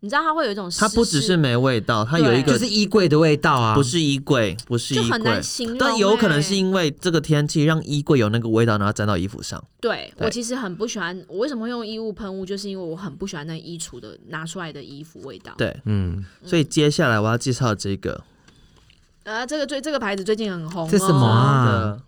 C: 你知道它会有一种湿湿，
B: 它不只是没味道，它有一
C: 对
D: 就
B: 个
D: 是衣柜的味道啊，
B: 不是衣柜，不是
C: 就
B: 衣
C: 很
B: 柜
C: 难，形容欸，
B: 但有可能是因为这个天气让衣柜有那个味道，然后沾到衣服上。
C: 对
B: 对
C: 我其实很不喜欢，我为什么会用衣物喷雾，就是因为我很不喜欢那衣橱的拿出来的衣服味道。，
B: 对，
D: 嗯，
B: 所以接下来我要介绍这个
C: 啊，这个最这个牌子最近很红、哦，
D: 这什么啊
B: 的，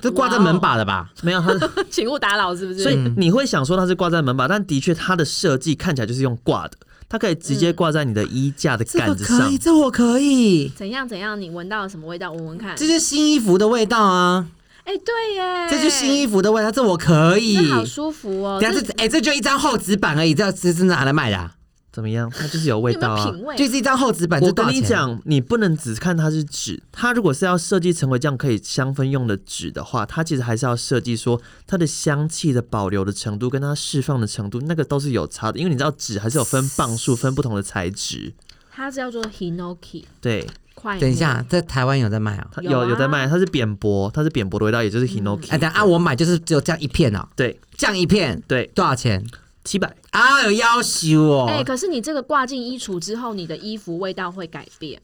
D: 这挂在门把的吧？
B: 没有它，
C: 哦 请勿打扰，是不是？
B: 所 以你会想说它是挂在门把，但的确它的设计看起来就是用挂的，它可以直
C: 嗯
B: 接挂在你的衣架的
D: 这
B: 杆
D: 个
B: 子
D: 可
B: 上
D: 以，。这我可以，
C: 怎样怎样，你闻到了什么味道？闻闻看。
D: 这就是新衣服的味道啊，
C: 哎、对耶，
D: 这就是新衣服的味道，这我可以。
C: 这好舒服哦。
D: 等一下
C: 这
D: 这哎，这就一张厚纸板而已，这这是拿来卖的啊，
B: 怎么样？它就是有味
C: 你有没
B: 道
C: 有
B: 啊。
C: 品味？
D: 就是一张厚纸板，
B: 我
D: 这多
B: 跟
D: 少
B: 你
D: 钱，啊
B: 讲，你不能只看它是纸，它如果是要设计成为这样可以香氛用的纸的话，它其实还是要设计说它的香气的保留的程度跟它释放的程度，那个都是有差的，因为你知道纸还是有分磅数、分不同的材质。
C: 它是叫做 Hinoki
B: 对，
C: 快。
D: 等一，下，在台湾有在卖啊？
B: 它有
C: 有
B: 有,、
C: 啊
B: 在卖，它是扁薄，它是扁薄的味道，也就是 hinoki、
D: 哎，等一下啊，我买就是只有这样一片哦，
B: 对
D: 这样一片
B: 对，
D: 多少钱
B: 七百。
D: 啊？有要求
C: 哎、
D: 哦，
C: 可是你这个挂进衣橱之后，你的衣服味道会改变。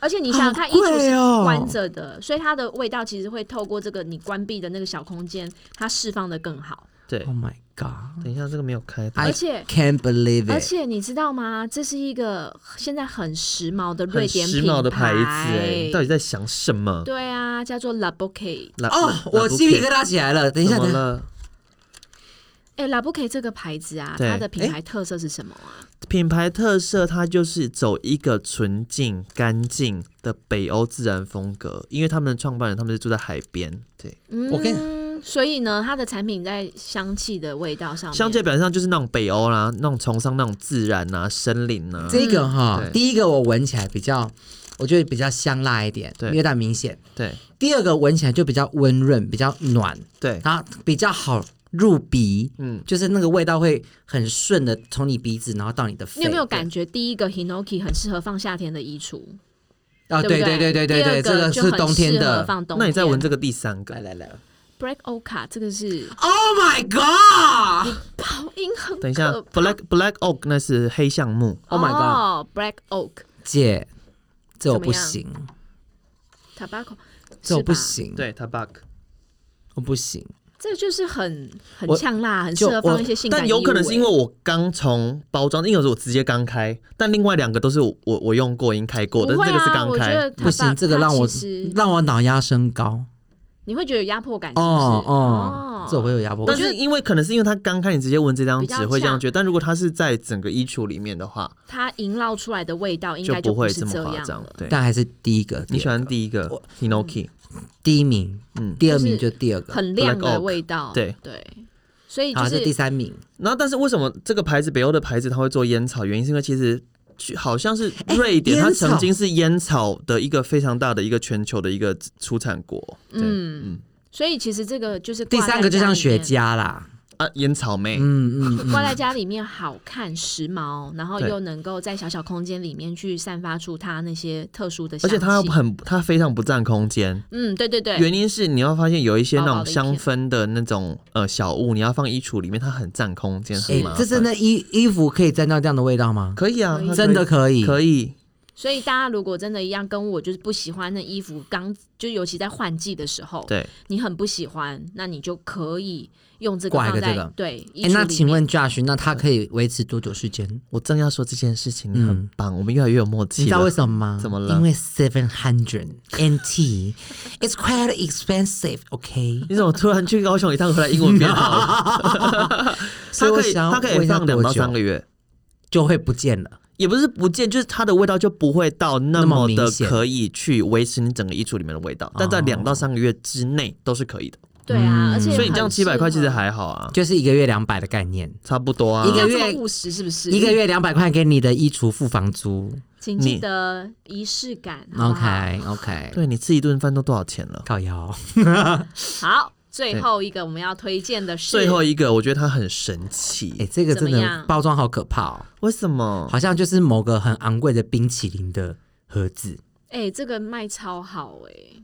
C: 而且你想想看，衣
D: 好贵
C: 橱是
D: 哦
C: 关着的，所以它的味道其实会透过这个你关闭的那个小空间，它释放的更好。
B: 对
D: Oh，my god！
B: 等一下这个没有开，
D: I
C: 而且
D: can't believe
C: 而
D: it！
C: 且你知道吗？这是一个现在很时髦的瑞
B: 很
C: 典
B: 时
C: 品
B: 髦的牌
C: 牌
B: 子哎、到底在想什么？
C: 对啊，叫做 La b o q u e
B: 来
D: 哦
B: 来，
D: 我
B: 来
D: 鸡皮疙
B: Bouquet，
D: 瘩起来了。等一下，
B: 怎么
D: 等一下，
B: 了？
C: 哎、l a b o q u e 这个牌子啊，
B: 对
C: 它的品牌特色是什么啊？
B: 品牌特色，它就是走一个纯净、干净的北欧自然风格，因为他们的创办人他们是住在海边，对，
C: 嗯，
D: 我跟
C: 所以呢，它的产品在香气的味道上面，
B: 相界表现上就是那种北欧啦、那种崇尚那种自然啊、森林啊，
D: 嗯这个哈
B: 对，
D: 第一个我闻起来比较，我觉得比较香辣一点，
B: 对
D: 有点明显。
B: 对
D: 第二个闻起来就比较温润，比较暖，
B: 对，
D: 然后比较好入鼻，
B: 嗯，
D: 就是那个味道会很顺的从你鼻子，然后到你的肺。
C: 你有没有感觉第一个 Hinoki 很适合放夏天的衣橱？
D: 对？哦，
C: 对
D: 对
C: 不
D: 对对对
C: 第
D: 对
C: 二
D: 对，这个
C: 就是很
D: 冬天
C: 适合
D: 的。
C: 放冬天。
B: 那你再闻这个第三
D: 来
B: 个，
D: 来来
C: Black Oka 这个是
D: ，Oh my god！
C: 爆音很
B: 等一下
C: 可怕
B: ，Black Black Oak 那是黑橡木，
D: Oh my god
C: 呃哦，Black Oak
D: 姐，这我
C: 怎么
D: 不
C: 样
D: 行，
C: Tobacco，
D: 这我
C: 是
D: 不
C: 吧，
D: 行，
B: 对，Tobacco，
D: 我不行。
C: 这就是很很
D: 我
C: 呛辣，很适
D: 就
C: 合放
D: 我
C: 一些性感
B: 但有可能是因为
C: 为
B: 我刚从包装，因为有时候我直接刚开，但另外两个都是我我我用过、已经开过的，
C: 不会
B: 这个是
C: 啊，
B: 刚
C: 我觉
B: 开
C: 得，
D: 不行，
C: Tabak
D: 这个
C: 它
D: 让我
C: 其实
D: 让我脑压升高。
C: 你会觉得有压迫感是不是，
D: 哦哦，这我会有压迫
B: 但
D: 感。
B: 是因为可能是因为它刚开，你直接闻这张
C: 比较
B: 纸会这样
C: 呛
B: 觉得，但如果它是在整个衣橱里面的话，
C: 它营造出来的味道应该
B: 不
C: 不
B: 会
C: 是
B: 么
C: 样
B: 夸
C: 了。嗯
B: 张。对，
D: 但还是第一个，
B: 你喜欢
D: 第
B: 第一个 Hinoki，
D: 二个第一名，
B: 嗯
D: 第二名就第二个。
C: 很亮
B: Black
C: 的
B: Oak，
C: 味道，
B: 对
C: 对，所以就
D: 好，
C: 是
D: 这第三名。
B: 然后，但是为什么这个牌子北欧的牌子它会做烟草？原因是因为其实去好像是
C: 哎
B: 瑞典，它
D: 烟草
B: 曾经是烟草的一个非常大的一个全球的一个出产国
C: 嗯，所以其实这个就是
D: 第
C: 挂在
D: 三个就像
C: 家里
D: 雪
C: 面。
D: 茄啦，
B: 啊，烟草妹。
D: 嗯嗯嗯，
C: 挂在家里面好看、时髦，然后
B: 对
C: 又能够在小小空间里面去散发出它那些特殊的
B: 而
C: 香气，
B: 且它很，它非常不占空间。
C: 嗯，对对对，
B: 原因是你要发现有一些那
C: 薄薄
B: 种
C: 的一
B: 香
C: 片
B: 氛的那种呃小物，你要放衣橱里面，它很占空间，很
D: 哎
B: 麻，
D: 这
B: 烦
D: 真的衣衣服可以沾到这样的味道吗？
B: 可以啊，
C: 可以
B: 它
D: 真的可以，
B: 可以。
C: 所以大家如果真的一样跟我，就是不喜欢那衣服刚，就尤其在换季的时候，
B: 对，
C: 你很不喜欢，那你就可以用这个
D: 挂一
C: 放
D: 个
C: 在
D: 这个
C: 对。衣
D: 哎，
C: 橱
D: 那
C: 里
D: 请
C: 面
D: 问 Josh，那它可以维持多久时间？
B: 我正要说这件事情，你
D: 嗯
B: 很棒，我们越来越有默契了。
D: 你知道为什么吗？
B: 怎么了
D: 因为 seven hundred NT is quite expensive. OK，
B: 你怎么突然去高雄一趟回来，英文变好了？
D: 所
B: 它
D: 以我
B: 可以，
D: 想
B: 它可
D: 问
B: 以
D: 一下
B: 放两
D: 多
B: 到
D: 久
B: 三个月，
D: 就会不见了。
B: 也不是不见，就是它的味道就不会到那
D: 那么
B: 么
D: 明
B: 的
D: 显
B: 可以去维持你整个衣橱里面的味道，但在
D: 哦
B: 两到三个月之内都是可以的。
C: 对啊，而且
B: 嗯所以你这样
C: 很
B: 七百
C: 适
B: 块其实
C: 合
B: 还好啊，
D: 就是一个月两百的概念，
B: 差不多啊。
D: 一个
C: 要这么
D: 月
C: 务实是不是？
D: 一个，月两百块给你的衣橱付房租。
C: 请记
B: 你
C: 得仪式感好不好
D: OK OK，
B: 对你吃一顿饭都多少钱了？
D: 靠腰，
C: 好，最
B: 对
C: 后一个我们要推荐的是
B: 最后一个，我觉得它很神
D: 哎，
B: 奇，
D: 这个
C: 怎
D: 真
C: 么
D: 的
C: 样
D: 包装好可怕哦，
B: 为什么？
D: 好像就是某个很昂贵的冰淇淋的盒子。
C: 哎、这个卖超好哎、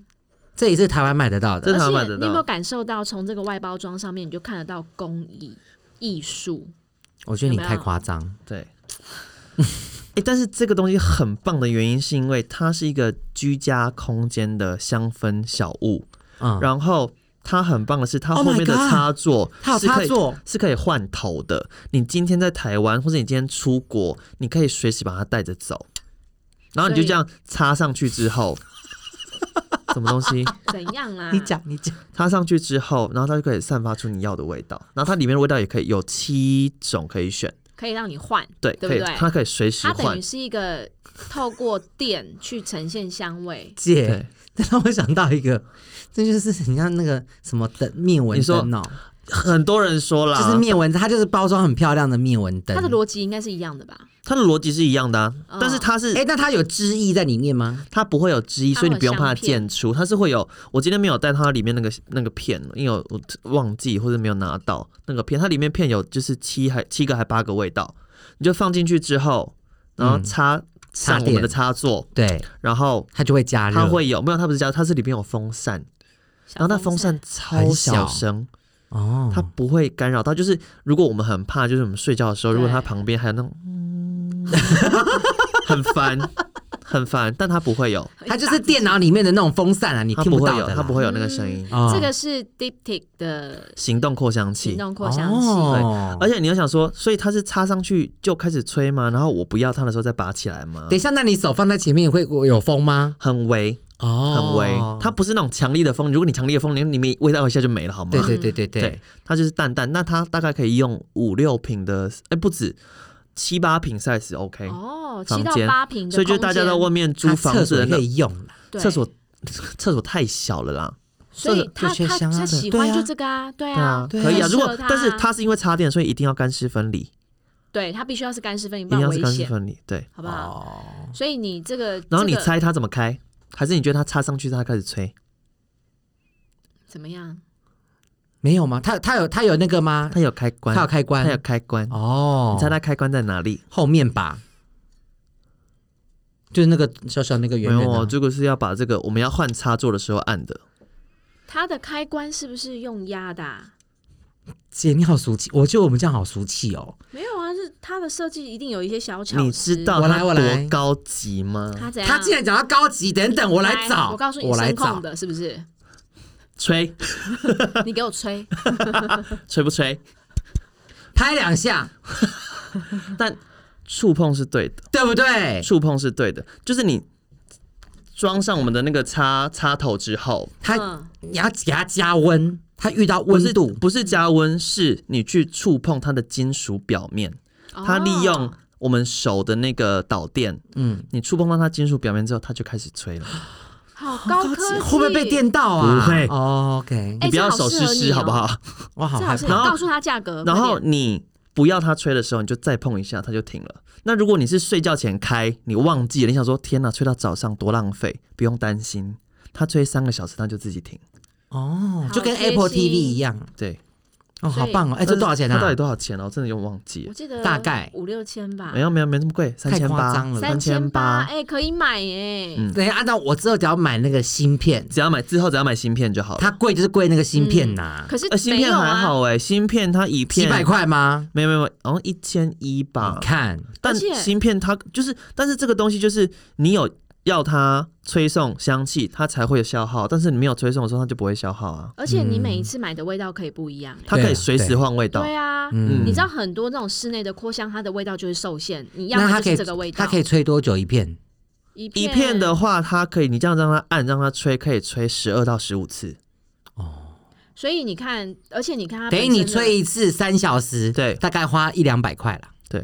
D: 这也是台湾买得到
B: 这
D: 的，
C: 而
B: 哪买
C: 且
B: 得
C: 你有没
B: 到
C: 有感受到，从这个外包装上面你就看得到工艺艺术？
D: 我觉得你
C: 有没
D: 太
C: 有
D: 夸张。
B: 对。 哎、但是这个东西很棒的原因是因为它是一个居家空间的香氛小物，
D: 嗯，
B: 然后它很棒的是，它
D: Oh
B: 后
D: my
B: 面的
D: God
B: 插座
D: 它有
B: 是可
D: 插
B: 以
D: 座，
B: 是可以换头的。你今天在台湾，或者你今天出国，你可以随时把它带着走，然后你就
C: 所以
B: 这样插上去之后，什么东西
C: 怎样啦、
D: 你讲你讲，。
B: 插上去之后，然后它就可以散发出你要的味道。然后它里面的味道也可以有七种可以选，
C: 可以让你换，
B: 对，
C: 对不
B: 可以
C: 对
B: 它可以随时
C: 它等
B: 换
C: 于。是一个 透过电去呈现香味
D: 姐
B: 对，，
D: 这让我想到一个，这就是很像那个什么灯灭蚊
B: 你说啊
D: 灯哦，
B: 很多人说啦，
D: 就是灭蚊，它就是包装很漂亮的灭蚊灯。
C: 它的逻辑应该是一样的吧？
B: 它的逻辑是一样的、啊，
C: 哦
B: 但是它是
D: 哎，那它有汁液在里面吗？
B: 它不会有汁液，
C: 它
B: 所
C: 会有
B: 以你不用怕它
C: 香片
B: 溅出，它是会有。我今天没有带它里面那个那个片，因为我我忘记或者没有拿到那个片，它里面片有就是七还七个还八个味道，你就放进去之后，然后
D: 嗯
B: 插
D: 插
B: 上我们
D: 电
B: 的插座，
D: 对，
B: 然后
D: 它就会加热。
B: 它会有没有？它不是加，它是里面有风扇，然后那
C: 小
B: 风扇超
D: 很
B: 小
D: 小
B: 声，
D: 哦，
B: 它不会干扰到。就是如果我们很怕，就是我们睡觉的时候，如果
C: 对
B: 它旁边还有 那种，嗯，很烦很烦，但它不会有。
D: 它就是电脑里面的那种风扇啊，你
B: 它
D: 听
B: 不会
D: 到
B: 有，
D: 的啦，
B: 它不会有那个声音。啊
D: 哦
C: 这个是 Diptic 的
B: 行动扩香器
C: 行，动扩香器，
D: 哦
B: 而且你又想说，所以它是插上去就开始吹吗？然后我不要它的时候再拔起来吗
D: 等？一下，那你手放在前面会有风吗？
B: 很微，
D: 哦
B: 很微，它不是那种强力的风。如果你强力的风，你里面味道一下就没了，好吗？
D: 对对对对对，
B: 对它就是淡淡。那它大概可以用五六瓶的，哎，不止七八瓶 size OK。
C: 哦，七
B: 房
C: 到
B: 间
C: 八平的空间，
B: 所以就大家在外面租
D: 它
B: 房
D: 厕
B: 子
D: 所
B: 的
D: 也可
B: 那
D: 以用啦，
C: 对
B: 厕，所，厕所太小了啦。
C: 所以
D: 厕所
C: 他
D: 就缺
C: 他
D: 香啊
C: 他
D: 对
C: 喜
D: 对
C: 欢
D: 啊
C: 就这个啊，
B: 对
C: 对
B: 啊
C: 啊，，
D: 对啊
B: 可以啊。
C: 很
B: 如果
C: 适合它啊
B: 但是它是因为插电，所以一定要干湿分离，
C: 对他必须要是干湿分离，
B: 一
C: 不
B: 定
C: 然
B: 要是
C: 危
B: 干湿
C: 险，
B: 分离。对，
C: 好不好？
B: 啊
C: 所以你这个，
B: 然后
C: 这
B: 你
C: 个
B: 猜它怎么开？还是你觉得它插上去，它开始吹？
C: 怎么样？
D: 没有吗？它它有它有那个吗？
C: 嗯
B: 它有开关，
D: 它有开
B: 它有
D: 关
B: 开关。
D: 哦，
B: 你猜它开关在哪里？
D: 后面吧，就是那个小小那个圆
B: 没
D: 圆
B: 有哦，
D: 的，
B: 这个是要把这个我们要换插座的时候按的。
C: 它的开关是不是用压的啊、
D: 姐你好俗气，我觉得我们这样好俗气哦。
C: 没有啊，是它的设计一定有一些小巧思。
B: 你知道
D: 我来
B: 它
D: 我来
B: 多高级吗？
C: 它怎样？
D: 他竟然讲到高级，等等，我来找，
C: 啊哎我告诉你，
D: 我来
C: 声控
D: 找，
C: 的是不 是？
B: 吹，
C: 你给我吹，
B: 吹不吹？
D: 拍两下，
B: 但触碰是对的，
D: 对不
C: 嗯
D: 对？
B: 触碰是对的，就是你装上我们的那个插插头之后，
D: 他
C: 嗯，
D: 你要给它加温，它遇到
B: 不
D: 温
B: 是
D: 度，
B: 不是加温，是你去触碰它的金属表面，它利用
C: 哦
B: 我们手的那个导电，
D: 嗯，
C: 哎
B: 你触碰到它金属表面之后，它就开始吹了。
C: 好好高科技，
D: 会不会被？电到啊？
B: 不会
D: 哦，OK，
C: 哎
B: 你不要
C: 这好
B: 手
C: 适
B: 湿
C: 合你
B: 湿好不
C: 哦
B: 好？
D: 我好
C: 最
D: 害
C: 好是
D: 怕。
B: 然后
C: 告诉他价格，
B: 然后
C: 快点
B: 你不要它吹的时候，你就再碰一下，它就停了。那如果你是睡觉前开，你忘记了，你想说天哪，吹到早上多浪费，不用担心，它吹三个小时它就自己停。
D: 哦，
C: 好
D: 就跟
C: 贴
D: Apple
C: 心
D: TV 一样，
B: 对，
D: 哦，
C: 所
D: 好
C: 以
D: 棒哦！哎，这多少钱
B: 它到
D: 啊
B: 底？多少钱哦？我真的有点忘记
C: 我
B: 了。
C: 记得
D: 大概
C: 五六千吧，
B: 没有没有没那么贵，三千
D: 夸
B: 八
D: 张，了
C: 三
B: 千
C: 千八，。哎，可以买哎，
B: 嗯
D: 对，按照啊我之后只要买那个芯片，
B: 只要买之后只要买芯片就好了。
D: 它贵就是贵那个芯片呐，
C: 可是
B: 呃芯
C: 没
B: 片
C: 有
B: 还
C: 啊，
B: 好哎、芯片它一片
D: 几百，块吗？
B: 没有没有，没有好像一千一吧
D: 你。看，
B: 但
C: 而且
B: 芯片它就是，但是这个东西就是你有要它吹送香气，它才会消耗，但是你没有吹送的时候，它就不会消耗啊。
C: 而且你每一次买的味道可以不一样哎，
B: 它可以随时换味道。
C: 对啊。
D: 嗯，
C: 你知道很多那种室内的扩香，它的味道就是受限，你要
D: 那
C: 么
D: 它
C: 就
D: 可以
C: 是这个味道。
D: 它可以吹多久一片？
C: 一片
B: 一片的，话，它可以，你这样让它按，让它吹，可以吹十二到十五次。
C: 所以你看，而且你看它
D: 等于
C: 本身
D: 你
C: 的
D: 吹一次三小时，
B: 对
D: 大概花一两百块啦。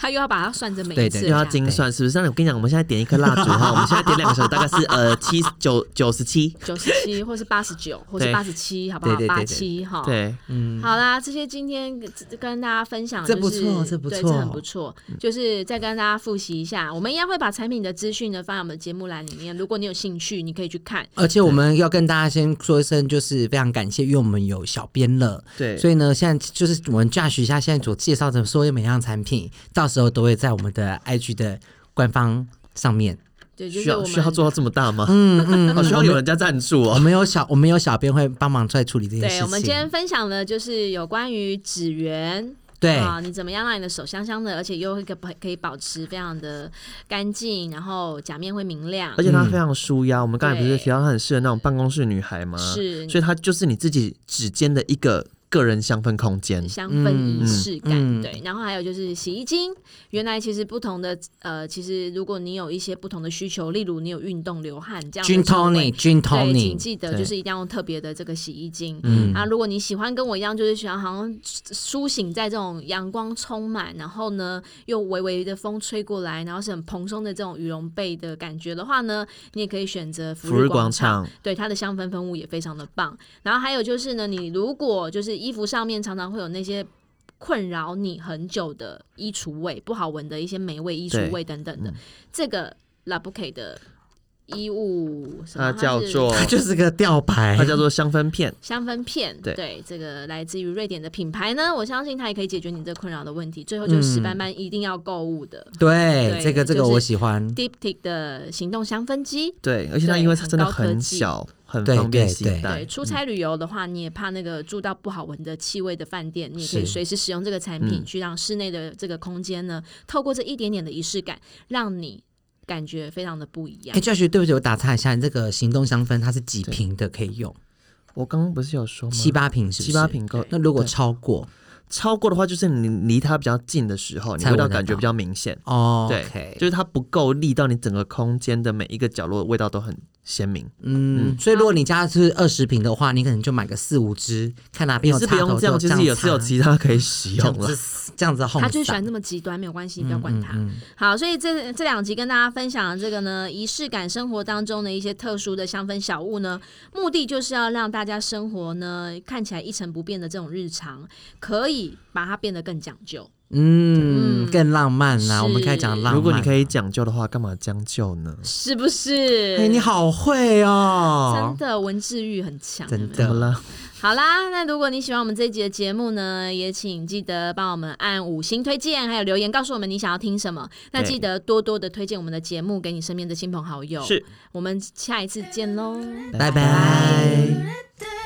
C: 他又要把它算成每
D: 对
C: 一次
D: 对
C: 的
D: 对
B: 又要
C: 价，
B: 精算是不是？那我跟你讲，我们现在点一颗蜡 烛哈，我们现在点两个小时，大概是呃七九九十七，
C: 九十七或是八十九或
B: 对
C: 是八十七，好不好
D: 对对？
C: 八
D: 对
C: 七哈。
B: 对，
D: 嗯，
C: 好啦，这些今天跟跟大家分享、就是，
D: 这不错这不
C: 对
D: 错嗯
C: 这很不错。就是再跟大家复习一下，我们一样会把产品的资讯呢放在我们的节目栏里面，如果你有兴趣，你可以去看。
D: 而且我们要跟大家先说一声，就是非常感谢，因为我们有小编了，
B: 对
D: 所以呢，现在就是我们 Josh 一下现在所介绍的所有每样产品，到时候都会在我们的 IG 的官方上面。
C: 对，就
B: 需
C: 是我
B: 要
C: 们
B: 需要做到这么大吗？
D: 嗯嗯，
B: 哦，需要有人家赞助
D: 我
B: 哦。
D: 们有小我们有小编会帮忙出来处理这件事
C: 对，
D: 情。
C: 我们今天分享的就是有关于指缘。
D: 对
C: 啊，你怎么样让你的手香香的，而且又会可可以保持非常的干净，然后甲面会明亮
B: 而，且
D: 嗯
B: 它非常舒压，我们刚才不是
C: 对
B: 提到它很适合那种办公室女孩吗？
D: 呃
C: 是嗯
B: 所以它就是你自己指尖的一个个人香氛空间。
C: 香氛仪式感，
D: 嗯嗯
C: 对。然后还有就是洗衣精，原来其实不同的呃，其实如果你有一些不同的需求，例如你有运动、流汗这样的
D: Gin
C: 行为
D: Tony
C: 对，
D: Gin
C: 请
D: Tony，
C: 记得
B: 对
C: 就是一定要用特别的这个洗衣精。啊，如果你喜欢跟我一样，就是喜欢好像苏醒在这种阳光充满，然后呢又微微的风吹过来，然后是很蓬松的这种羽绒被的感觉的话呢，你也可以选择福
B: 福日
C: 广
B: 广场，
C: 对它的香氛喷雾也非常的棒。然后还有就是呢，你如果就是衣服上面常常会有那些。困扰你很久的衣橱味、不好闻的一些霉味、衣
B: 对嗯
C: 橱味等等的，这个 La b o u q u e 的衣物什么
B: 它叫
C: 是
B: 做
D: 它就是个吊牌，
B: 它叫做香氛片。
C: 香氛片，
B: 对
C: 这个来自于瑞典的品牌呢，我相信它也可以解决你这困扰的问题。最后
B: 嗯
C: 就是史斑斑一定要购物的、
D: 对
C: 对
D: 这个这个
C: 就是
D: 我喜欢，
C: Diptic 的行动香氛机。
B: 对，而且它
C: 对
B: 因为它
C: 很
B: 真的
C: 高科
B: 很
C: 技
B: 小，很
D: 对
B: 方便
D: 对
B: 携
D: 对
B: 带嗯
C: 对，。出差旅游的话，你也怕那个住到不好闻的气味的饭店，你也可以
D: 是
C: 随时使用这个产品，
B: 嗯
C: 去让室内的这个空间呢，透过这一点点的仪式感，让你感觉非常的不一样
D: 哎。，Josh，对不起，我打岔一下，你这个行动香氛它是几瓶的可以用？
B: 我刚刚不是有说吗？
D: 七八瓶是不是
B: 七八。瓶够。
D: 那如果
B: 对
D: 超过
B: 超过的话，就是你离它比较近的时候，你
D: 才
B: 味道
D: 闻得
B: 感觉
D: 到
B: 比较明显。
D: 哦，
B: 对
D: OK
B: 就是它不够力到你整个空间的每一个角落味道都很鲜明。
D: 嗯，所以如果你家是二十瓶的话，你可能就买个四五支，看哪
B: 也
D: 边有
B: 是不
D: 插
B: 用
D: 头
B: 这
D: 就
B: 样，其实也是有
D: 插
B: 其他可以使
D: 这
B: 用
D: 样
B: 了。
D: 子这样子烘。
C: 他就是喜欢这么极端，没有关系，不要管他。
D: 嗯嗯
C: 好，所以这这两集跟大家分享的这个呢，仪式感生活当中的一些特殊的香氛小物呢，目的就是要让大家生活呢看起来一成不变的这种日常，可以把它变得更讲究。
D: 嗯
C: 嗯
D: 更浪漫啦。
C: 是
D: 我们可以讲浪漫。啊
B: 如果你可以，讲究的话，干嘛将就呢？
C: 是不是？
D: 哎，你好会哦
C: 真，的文字狱很强，有
D: 真
C: 没有
B: 怎么
D: 的。
B: 了？
C: 好啦，那如果你喜欢我们这一集的节目呢，也请记得帮我们按五星推荐，还有留言告诉我们你想要听什么。那
B: 对
C: 记得多多的推荐我们的节目给你身边的亲朋好友。
B: 是，
C: 我们下一次见喽。
D: 拜拜。
A: day.